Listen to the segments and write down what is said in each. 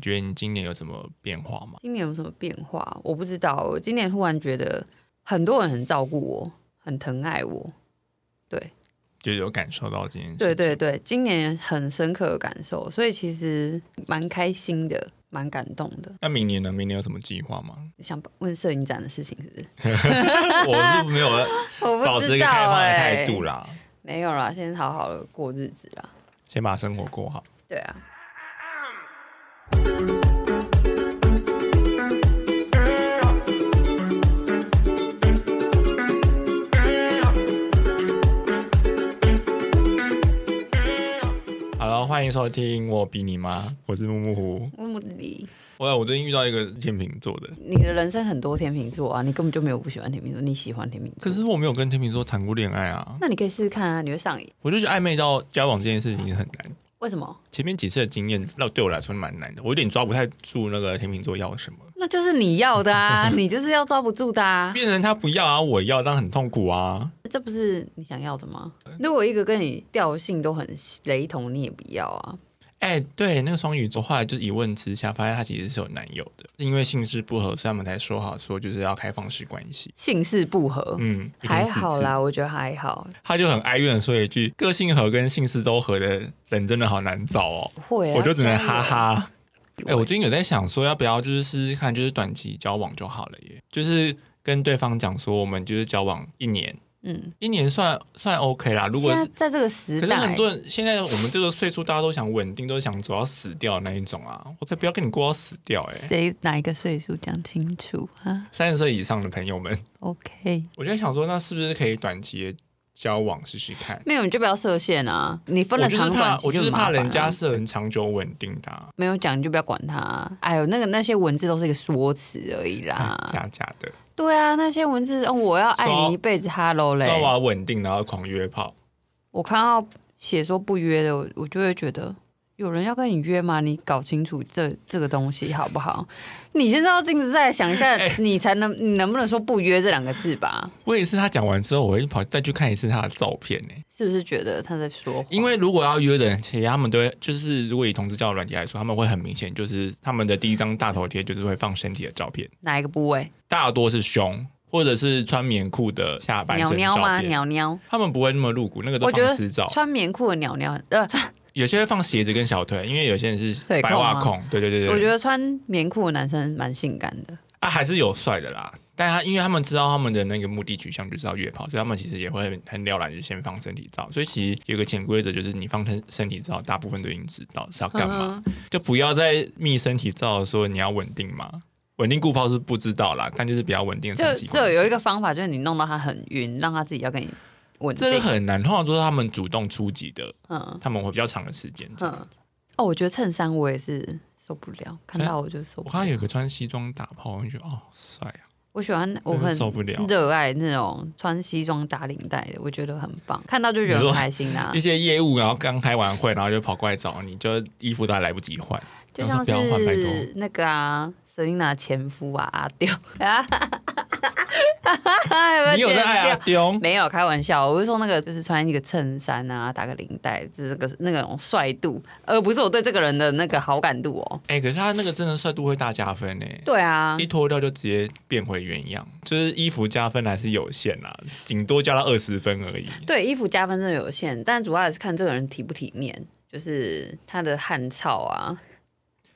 觉得你今年有什么变化吗？今年有什么变化？我不知道。我今年忽然觉得很多人很照顾我，很疼爱我。就有感受到这件事？对，对对，今年很深刻的感受，所以其实蛮开心的，蛮感动的。那明年呢？明年有什么计划 吗？想问摄影展的事情是不是？我是没有我保不持一知个开道放的哎、态度啦，没有啦，先好好的过日子啦。先把生活过好。对啊，好了，欢迎收听我比你妈，我是木木虎。木木你我我最近遇到一个天秤座的，你的人生很多天秤座啊，你根本就没有不喜欢天秤座，你喜欢天秤座。可是我没有跟天秤座谈过恋爱啊，那你可以试试看啊，你会上瘾。我就觉得暧昧到交往这件事情很难。为什么？前面几次的经验，那对我来说蛮难的，我有点抓不太住那个天秤座要什么，那就是你要的 啊，你就是要抓不住的啊，变成他不要啊，我要，但很痛苦啊。这不是你想要的吗？如果一个跟你调性都很雷同，你也不要啊。哎、对，那个双鱼座后来就是一问之下，发现他其实是有男友的，是因为性事不合，所以他们才说好说就是要开放式关系。姓氏不合，嗯，一天还四次好。啦，我觉得还好。他就很哀怨的说一句：“个性合跟性事都合的人真的好难找哦。不会”啊，我就只能加油哈。哈。哎、我最近有在想说，要不要就是试试看，就是短期交往就好了耶，就是跟对方讲说，我们就是交往一年，嗯，一年算算 OK 啦。如果现是在在这个时可是很代，多人现在我们这个岁数，大家都想稳定，都想走到死掉那一种啊！我才不要跟你过到死掉哎、谁哪一个岁数讲清楚啊三十岁以上的朋友们， ？OK，我就在想说，那是不是可以短期的交往试试看？没有你就不要设限啊，你分我了就是长怕短，，我就是很麻怕烦啊人家是很长久稳定的、啊，没有讲，你就不要管他啊。哎呦，那个那些文字都是一个说辞而已啦。假假的，对啊，那些文字，哦，我要爱说你一辈子说我，Hello 嘞。要稳定，然后狂约炮，我看到写说不约的，我我就会觉得有人要跟你约吗？你搞清楚这这个东西好不好？你先照镜子再来 想一下，哎你才能你能不能说不约这两个字吧？我也是。他讲完之后，我会跑再去看一次他的照片呢、是不是觉得他在说谎？因为如果要约的人，其实他们都会，就是如果以同志交友软件来说，他们会很明显，就是他们的第一张大头贴就是会放身体的照片。哪一个部位？大多是胸，或者是穿棉裤的下半身鸟照片。鸟吗？鸟鸟。他们不会那么露骨，那个都我觉放得私照，穿棉裤的鸟鸟，呃，穿有些会放鞋子跟小腿，因为有些人是腿控白袜吗控，对对对对，我觉得穿棉裤的男生蛮性感的。啊还是有帅的啦。但他因为他们知道他们的那个目的取向就是要约炮，所以他们其实也会很很了然，就先放身体照。所以其实有个潜规则就是，你放身身体照，大部分都已经知道是要干嘛，嗯就不要再密身体照的说你要稳定嘛。稳定固炮是不知道啦，但就是比较稳定的这长期这关系有一个方法，就是你弄到他很晕，让他自己要跟你稳定这。个很难，通常都是他们主动出击的，嗯他们会比较长的时间。这样嗯。哦，我觉得衬衫我也是受不了，看到我就受我不看到了。有个穿西装打炮，我就觉得哦，帅啊，我喜欢，我真的很受不了。热爱那种穿西装打领带的，我觉得很棒，看到就觉得 你说很开心啊一。些业务，然后刚开完会，然后就跑过来找你，就衣服都还来不及 换。就像不要换拜托是那个啊，Selina 前夫啊，阿丢 有你没有剪在爱阿掉？丢？没有开玩笑，我是说那个就是穿一个衬衫啊，打个领带，这是个那种帅度，而不是我对这个人的那个好感度哦。哎、可是他那个真的帅度会大加分呢、对啊一，脱掉就直接变回原样，就是衣服加分还是有限啦，顶多加到二十分而已。对，衣服加分真的有限，但主要还是看这个人体不体面，就是他的汗臭啊。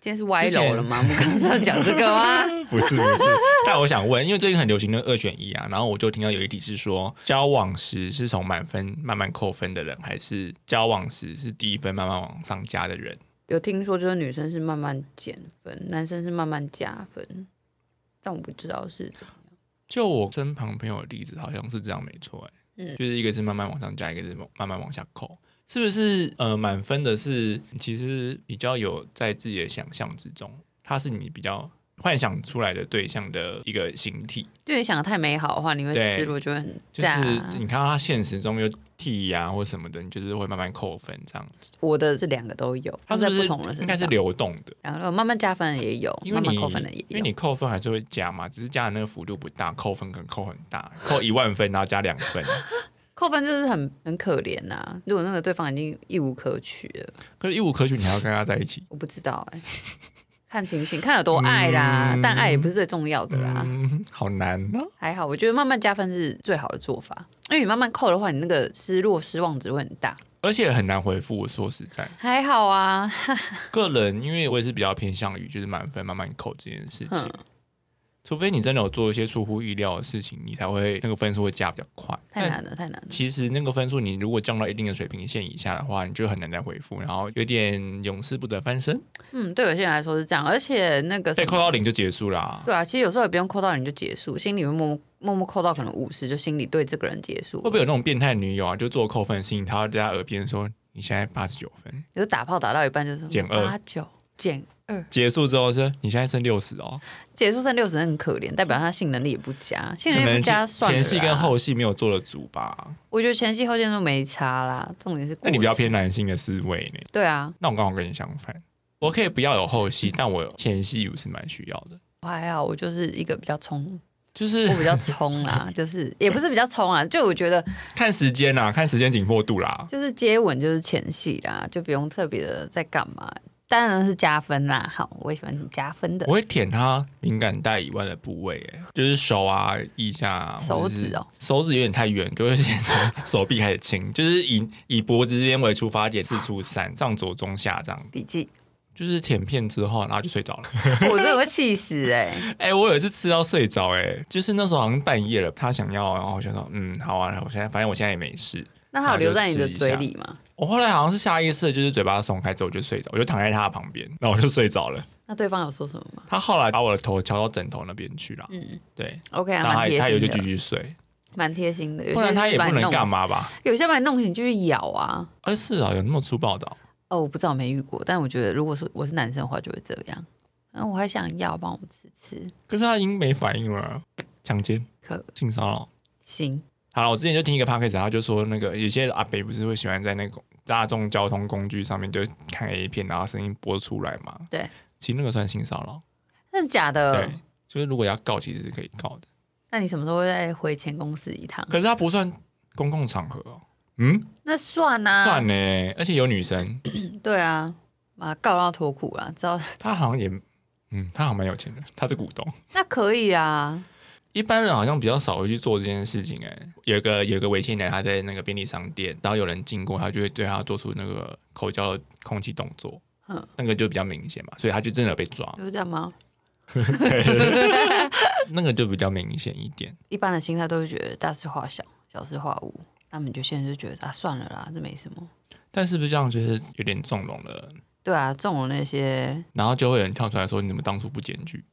今天是歪楼了吗？我们刚刚是要讲这 个吗？不是不是，但我想问，因为最近很流行的二选一啊，然后我就听到有一题是说，交往时是从满分慢慢扣分的人，还是交往时是低分慢慢往上加的人？有听说就是女生是慢慢减分，男生是慢慢加分，但我不知道是怎么样。就我身旁朋友的例子，好像是这样，没错、欸，嗯就是一个是慢慢往上加，一个是慢慢往下扣，是不是？呃，满分的是其实比较有在自己的想象之中，它是你比较幻想出来的对象的一个形体，就你想的太美好的话，你会对失落，就会很就是大。你看到他现实中有剃呀、或什么的，你就是会慢慢扣分这样。我的这两个都有，它在是不哦不是同的身应该是上流动的？然后慢慢加分的也有，因为慢慢你扣分的也因为有。你扣分还是会加嘛，只是加的那个幅度不大，扣分可能扣很大，扣一万分然后加两 分。扣分就是很很可怜呐、如果那个对方已经一无可取了，可是一无可取，你还要跟他在一起，我不知道哎、 看情形，看有多爱啦，嗯但爱也不是最重要的啦。嗯，好难啊。还好，我觉得慢慢加分是最好的做法，因为你慢慢扣的话，你那个失落失望值会很大。而且很难回复。我说实在，还好啊，个人因为我也是比较偏向于就是满分慢慢扣这件事情嗯，除非你真的有做一些出乎意料的事情，你才会那个分数会加比较快。太但难了，太难了。其实那个分数，你如果降到一定的水平线以下的话，你就很难再回复，然后有点永世不得翻身，嗯，对有些人来说是这样，而且那个什被么扣到零就结束啦。对啊，其实有时候也不用扣到你就结束，心里会默默默默扣到可能五十，就心里对这个人结束。会不会有那种变态女友啊，就做扣分的事情，她要在她耳边说：“你现在八十九分。有时候打炮打到一半就是减二八九减二”，结束之后是：“你现在剩六十哦。结束剩六十很可怜，代表他性能力也不佳，”性可能力能不佳算了啦前戏跟，后戏没有做的足吧？我觉得前戏后见都没差啦，重点是过那你比较偏程男性的思维呢？对啊，那我刚好跟你相反，我可以不要有后戏，但我前戏我是蛮需要的。我还好，我就是一个比较冲，就是我比较冲 啦，就是也不是比较冲啊，就我觉得看时间啦，看时间紧迫度啦。就是接吻就是前戏啦，就不用特别的在干嘛，当然是加分啦。好，我也喜欢加分的我会舔她敏感带以外的部位，哎，就是手啊、腋下啊、手指哦，手指有点太远，就会先从手臂开始亲， 就是以以脖子这边为出发点，四出三上左中下这样，笔记， 就是舔片之后，然后就睡着了。我真的会气死哎、哎、我有一次吃到睡着，哎，就是那时候好像半夜了，他想要，然后我想说，嗯，好啊，我现在反正我现在也没事，那它有留在你的嘴里吗？我后来好像是下意识的，就是嘴巴松开之后我就睡着，我就躺在他的旁边，然后我就睡着了。那对方有说什么吗他后来把我的头敲到枕头那边去了，嗯对， ？OK 啊，然后他蛮也他贴也就心继续的，睡，蛮贴心的。有不然些他也把不你能弄干嘛吧？有些把你弄醒就去咬啊。哎，是啊，有那么粗暴的哦、哦，我不知道，我没遇过，但我觉得如果是我是男生的话，就会这样。嗯，我还想要，帮我们吃吃，可是他已经没反应了，强奸、可性骚扰。行。好了，我之前就听一个 p o d c a s t 他就说那个有些阿北不是会喜欢在那个大众交通工具上面就看 A 片，然后声音播出来嘛？对，其实那个算性骚扰。那是假的对。，就是如果要告，其实是可以告的。那你什么时候会再回前公司一趟？可是他不算公共场合哦。嗯，那算啊，算呢，而且有女生，对啊，啊，告到脱裤啊，知道？ 她好像也，嗯，她好像蛮有钱的，她是股东。那可以啊，一般人好像比较少会去做这件事情、哎，有一个有一个猥亵男，他在那个便利商店，然后有人经过，他就会对他做出那个口交的空气动作，嗯那个就比较明显嘛，所以他就真的有被抓，就是这样吗？那个就比较明显一点。一般的心态都会觉得大事化小，小事化无。他们就现在就觉得啊，算了啦，这没什么。但是不是这样，就是有点纵容了，对啊，纵容那些，然后就会有人跳出来说：“你怎么当初不检举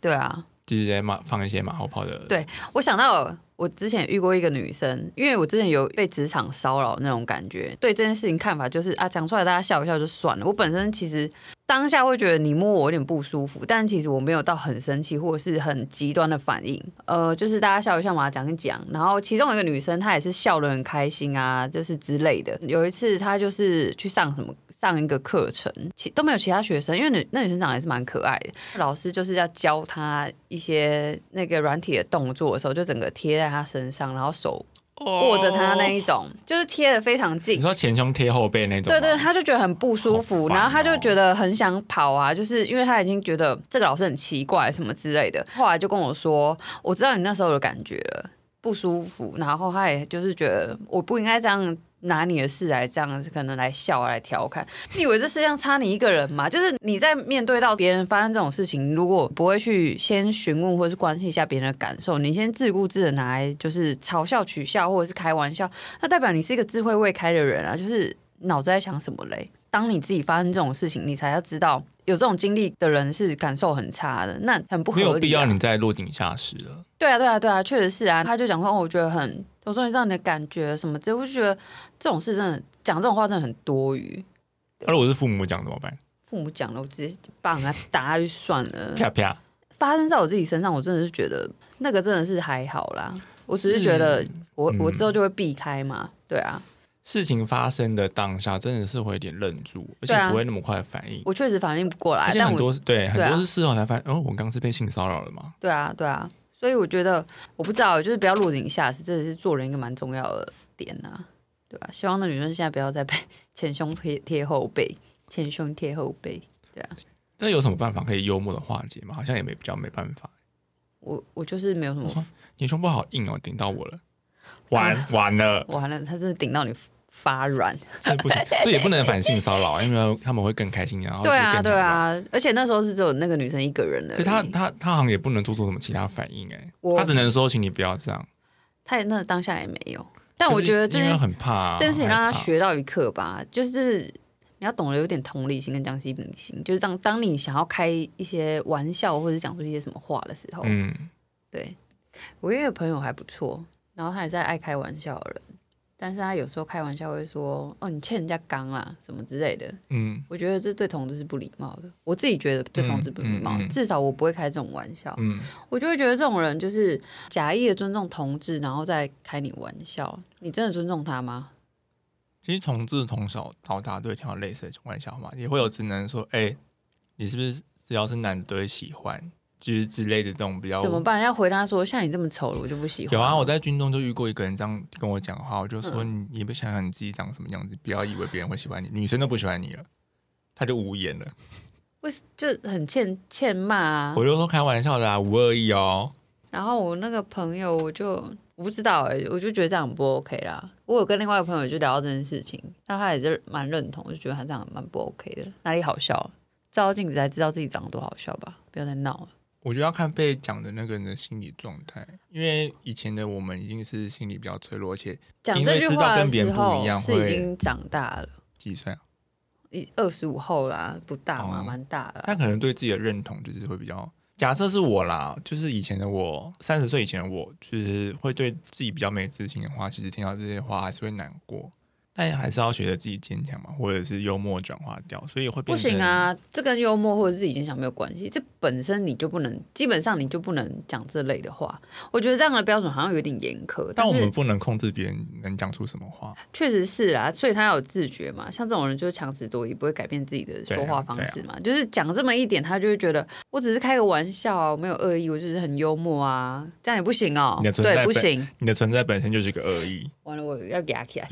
对啊，？”就是在骂放一些马后炮的。对我想到我之前遇过一个女生，因为我之前有被职场骚扰那种感觉，对这件事情看法就是啊，讲出来大家笑一笑就算了。我本身其实当下会觉得你摸我有点不舒服，但其实我没有到很生气或者是很极端的反应，呃，就是大家笑一笑嘛，讲一讲。然后其中有一个女生她也是笑得很开心啊，就是之类的。有一次她就是去上什么。上一个课程，其都没有其他学生，因为女那女生长得也是蛮可爱的，老师就是要教她一些那个软体的动作的时候，就整个贴在她身上，然后手哦握着她那一种，就是贴的非常近你。说前胸贴后背那种吗，对对，他就觉得很不舒好服，烦哦然后他就觉得很想跑啊，就是因为他已经觉得这个老师很奇怪什么之类的。后来就跟我说，我知道你那时候的感觉了，不舒服，然后他也就是觉得我不应该这样。拿你的事来这样，可能来笑啊来调侃。你以为这世界上差你一个人吗？就是你在面对到别人发生这种事情，如果不会去先询问或是关心一下别人的感受，你先自顾自的拿来就是嘲笑、取笑或者是开玩笑，那代表你是一个智慧未开的人啊，就是脑子在想什么嘞？当你自己发生这种事情，你才要知道有这种经历的人是感受很差的，那很不合没理、啊。有必要你再落井下石了。对啊，对啊，对啊，确实是啊。他就讲说，哦，我觉得很，我终于知道你的感觉什么之类，我就觉得这种事真的讲这种话真的很多余。那如果是父母讲怎么办？父母讲了，我直接棒啊打下去算 了。啪啪。发生在我自己身上，我真的是觉得那个真的是还好啦。我只是觉得是我嗯我之后就会避开嘛，对啊，事情发生的当下，真的是会有点愣住，而对啊且不会那么快反应。我确实反应不过来而，且但很我多是对很对啊多是事后才发现，哦，我刚是被性骚扰了嘛？对啊对啊，所以我觉得我不知道，就是不要落井下石，这也是做人一个蛮重要的点啊，对吧、希望那女生现在不要再被前胸贴贴后背，前胸贴后背。那有什么办法可以幽默的化解吗？好像也没比较没办法。我我就是没有什么你胸部好硬哦，顶到我了，啊完完了，完了，他真的顶到你发软。这不行，这也不能反性骚扰，啊因为他们会更开心，然后对就啊，更对想玩。啊，而且那时候是只有那个女生一个人的。所以他他他好像也不能做出什么其他反应哎，我他只能说请你不要这样。他也那当下也没有，但我觉得这就是因为件很怕啊这件事情让他害怕学到一课吧，就是你要懂得有点同理心跟将心比心，就是当当你想要开一些玩笑或者讲出一些什么话的时候，嗯，对我有一个朋友还不错，然后他也在爱开玩笑的人，但是他有时候开玩笑会说哦你欠人家刚啦什么之类的，嗯我觉得这对同志是不礼貌的，我自己觉得对同志不礼貌，嗯嗯嗯至少我不会开这种玩笑。嗯，我就会觉得这种人就是假意的尊重同志，然后再开你玩笑，你真的尊重他吗？其实同志从小到大都会听到类似的玩笑嘛，也会嗯有直男说：“哎、你是不是只要是男的都会喜欢？”就是之类的这种比较怎么办？要回答说像你这么丑了，我就不喜欢。有啊，我在军中就遇过一个人这样跟我讲话，我就说嗯你你不想想你自己长什么样子，不要以为别人会喜欢你，女生都不喜欢你了，他就无言了。为什就很欠欠骂啊。我就说开玩笑的啊，五二一哦，然后我那个朋友，我就我不知道哎、我就觉得这样很不 OK 啦。我有跟另外一个朋友就聊到这件事情，那他也是蛮认同，就觉得他这样蛮不 OK 的。哪里好笑？照镜子才知道自己长得多好笑吧？不要再闹了。我觉得要看被讲的那个人的心理状态，因为以前的我们已经是心理比较脆弱，而且讲因这为句知道话的跟别时人不候一样是已会经长大了，几岁啊，一二十五后啦，不大嘛，哦蛮大了。啊他可能对自己的认同就是会比较。假设是我啦，就是以前的我，三十岁以前的我，就是会对自己比较没自信的话，其实听到这些话还是会难过，但还是要学着自己坚强嘛，或者是幽默转化掉，所以会不变成行。啊，这跟幽默或者自己影响没有关系，这本身你就不能，基本上你就不能讲这类的话。我觉得这样的标准好像有点严苛，但但我们是不能控制别人能讲出什么话，确实是啊，所以他要有自觉嘛。像这种人就是强词夺理，不会改变自己的说话方式啊嘛。就是讲这么一点，他就会觉得我只是开个玩笑啊，我没有恶意，我就是很幽默啊，这样也不行哦、你的存在对，本不行，你的存在本身就是个恶意。完了，我要压 起来。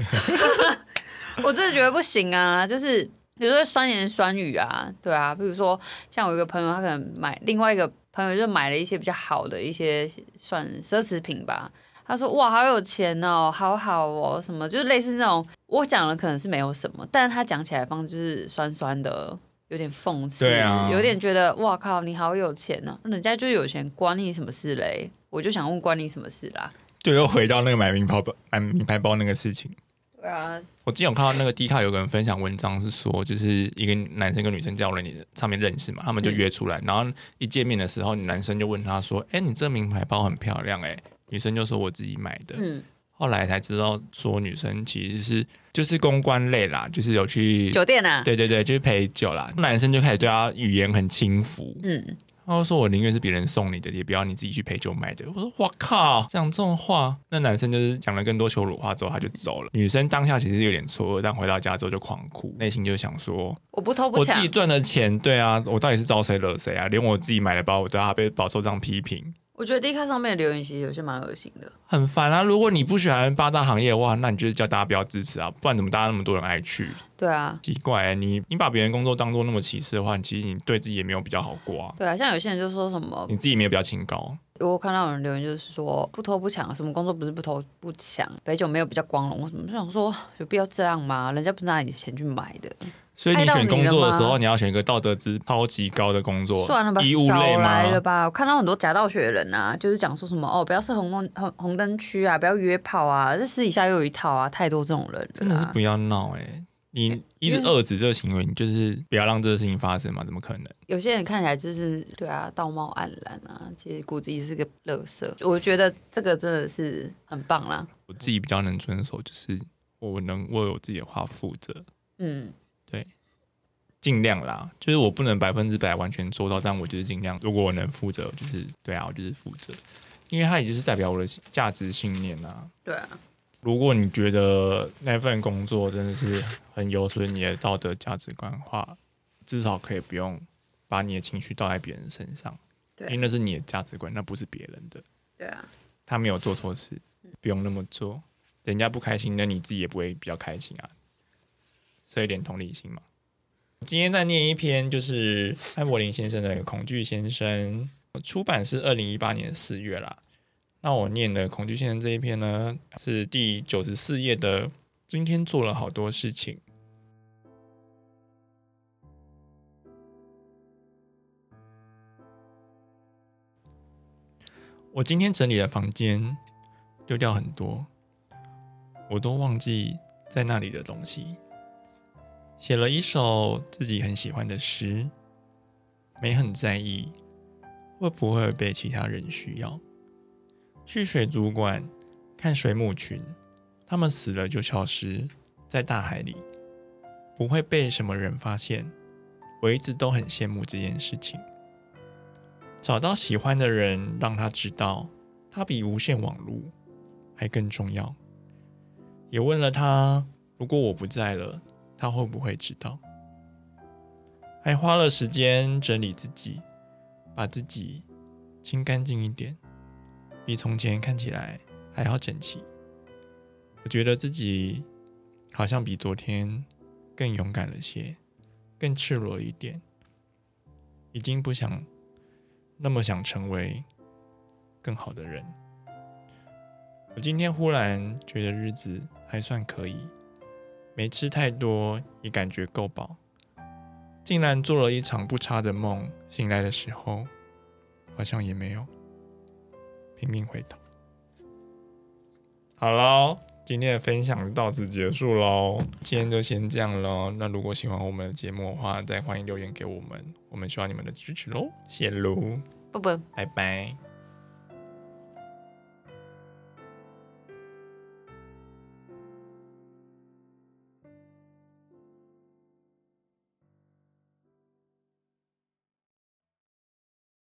我真的觉得不行啊，就是有时候酸言酸语啊，对啊，比如说像我一个朋友，他可能买另外一个朋友就买了一些比较好的一些算奢侈品吧。他说：“哇，好有钱哦，好好哦，什么就是类似那种。”我讲了可能是没有什么，但是他讲起来方就是酸酸的，有点讽刺，对啊有点觉得哇靠，你好有钱呢、人家就有钱，关你什么事嘞？我就想问，关你什么事啦？就又回到那个买名牌包、买名牌包那个事情。对啊，我之前有看到那个 D 卡有个人分享文章，是说就是一个男生跟女生交了你上面认识嘛，他嗯们就约出来，然后一见面的时候，男生就问他说：“哎、你这名牌包很漂亮哎、女生就说：“我自己买的。嗯，后来才知道说女生其实是就是公关类啦，就是有去酒店啊，对对对，就是陪酒啦。男生就开始对他语言很轻浮，嗯。他就说我宁愿是别人送你的，也不要你自己去陪酒买的。我说我靠，讲这种话，那男生就是讲了更多羞辱话之后他就走了。女生当下其实有点错愕，但回到家之后就狂哭，内心就想说，我不偷不我自抢己，赚的钱，对啊，我到底是招谁惹谁啊？连我自己买的包，我都要被饱受这样批评。我觉得 D 卡上面的留言其实有些蛮恶心的。很烦啊！如果你不喜欢八大行业的话，那你就是叫大家不要支持啊，不然怎么大家那么多人爱去？对啊，奇怪、欸你你把别人工作当做那么歧视的话，其实你对自己也没有比较好过啊，对啊，像有些人就说什么，你自己没有比较清高。我有看到有人留言就是说不偷不抢，什么工作不是不偷不抢，北酒没有比较光荣什么，就想说 有必要这样吗？人家不是拿你的钱去买的，所以爱你到选你工了作的吗时候，你要选一个道德值超级高的工作，算了吧，医务类少来了吗？吧。我看到很多假道学的人啊，就是讲说什么哦，不要设红灯红红灯区啊，不要约炮啊，这私底下又有一套啊，太多这种人了啊真的是不要闹哎、你一直遏制这个行为，你就是不要让这个事情发生嘛？怎么可能？有些人看起来就是对啊，道貌岸然啊，其实骨子里就是个垃圾。我觉得这个真的是很棒啦，我自己比较能遵守，就是我能为我自己的话负责，嗯，尽量啦。就是我不能百分之百完全做到，但我就是尽量。如果我能负责，就是对啊，我就是负责，因为它也就是代表我的价值信念啊。对啊。如果你觉得那份工作真的是很有损你的道德价值观的话，至少可以不用把你的情绪倒在别人身上，因对为那是你的价值观，那不是别人的。对啊，他没有做错事，不用那么做。人家不开心，那你自己也不会比较开心啊。所以一点同理心嘛。今天在念一篇就是潘柏林先生的《恐惧先生》，出版是二零一八年四月啦。那我念的《恐惧先生》这一篇呢，是第九十四页的。今天做了好多事情。我今天整理了房间，丢掉很多，我都忘记在那里的东西。写了一首自己很喜欢的诗，没很在意会不会被其他人需要。去水族馆看水母群，它们死了就消失在大海里，不会被什么人发现。我一直都很羡慕这件事情。找到喜欢的人，让他知道，他比无线网路还更重要。也问了他，如果我不在了，他会不会知道？还花了时间整理自己，把自己清干净一点，比从前看起来还要整齐。我觉得自己好像比昨天更勇敢了些，更赤裸一点，已经不想。那么想成为更好的人，我今天忽然觉得日子还算可以，没吃太多，也感觉够饱，竟然做了一场不差的梦。醒来的时候，好像也没有拼命回头。好喽，今天的分享到此结束喽，今天就先这样喽。那如果喜欢我们的节目的话，再欢迎留言给我们，我们需要你们的支持喽，谢喽。不不。拜拜。